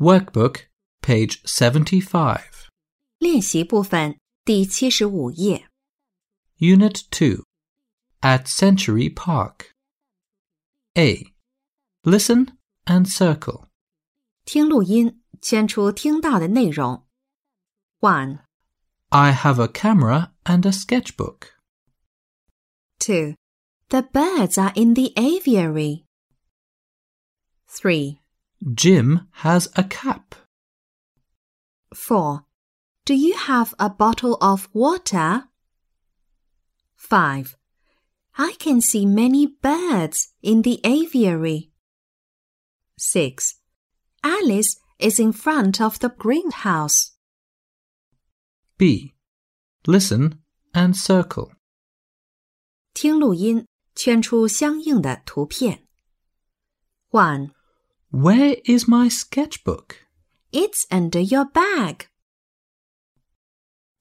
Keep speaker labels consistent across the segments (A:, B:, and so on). A: Workbook, page 75,
B: 练习部分第七十五页
A: Unit 2. At Century Park. A. Listen and circle.
B: 听录音，圈出听到的内容。One,
A: I have a camera and a sketchbook.
B: two, the birds are in the aviary. Three,
A: Jim has a cap.
B: four, do you have a bottle of water? Five, I can see many birds in the aviary. Six, Alice is in front of the greenhouse.
A: B. Listen and circle.
B: 听录音，圈出相应的图片。One,
A: Where is my sketchbook?
B: it's under your bag.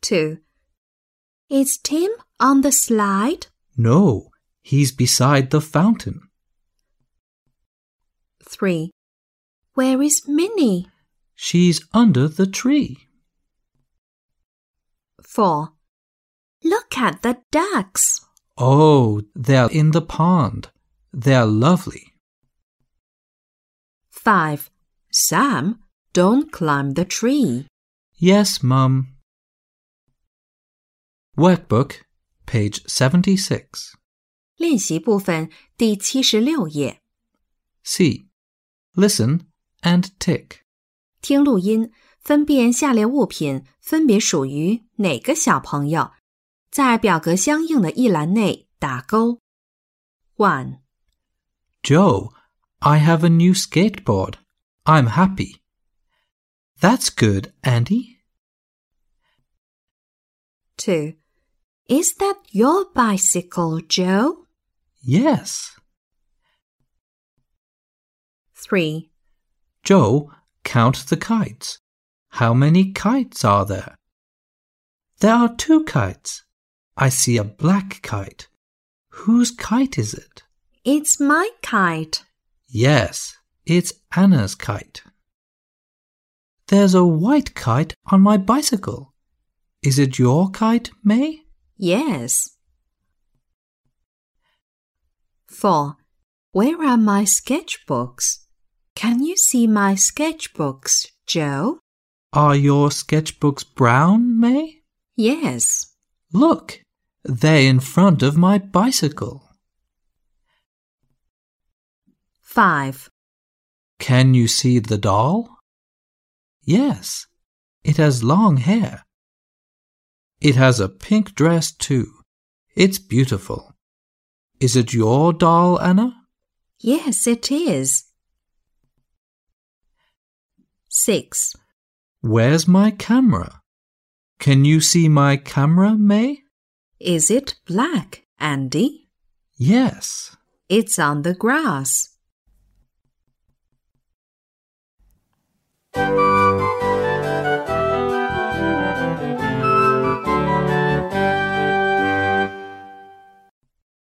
B: Two, is Tim on the slide?
A: No, he's beside the fountain.
B: Three, where is Minnie?
A: She's under the tree.
B: Four, look at the ducks.
A: Oh, they're in the pond. They're lovely.
B: Five, Sam, don't climb the tree.
A: Yes, Mum. Workbook, page 76.
B: 练习部分第七十六页，
A: C. Listen and tick.
B: 听录音，分辨下列物品分别属于哪个小朋友，在表格相应的一栏内打勾。One,
A: Joe, I have a new skateboard. I'm happy. That's good, Andy.
B: two, is that your bicycle, Joe?
A: Yes.
B: Three,
A: Joe, count the kites. How many kites are there? There are two kites. I see a black kite. Whose kite is it?
B: it's my kite.
A: Yes, it's Anna's kite. There's a white kite on my bicycle. Is it your kite, May?
B: Yes. Four, where are my sketchbooks? Can you see my sketchbooks, Joe?
A: Are your sketchbooks brown, May?
B: Yes.
A: Look, they're in front of my bicycle.
B: Five.
A: Can you see the doll? Yes, it has long hair. It has a pink dress, too. It's beautiful. Is it your doll, Anna?
B: Yes, it is. Six.
A: Where's my camera? Can you see my camera, May?
B: Is it black, Andy?
A: Yes.
B: It's on the grass.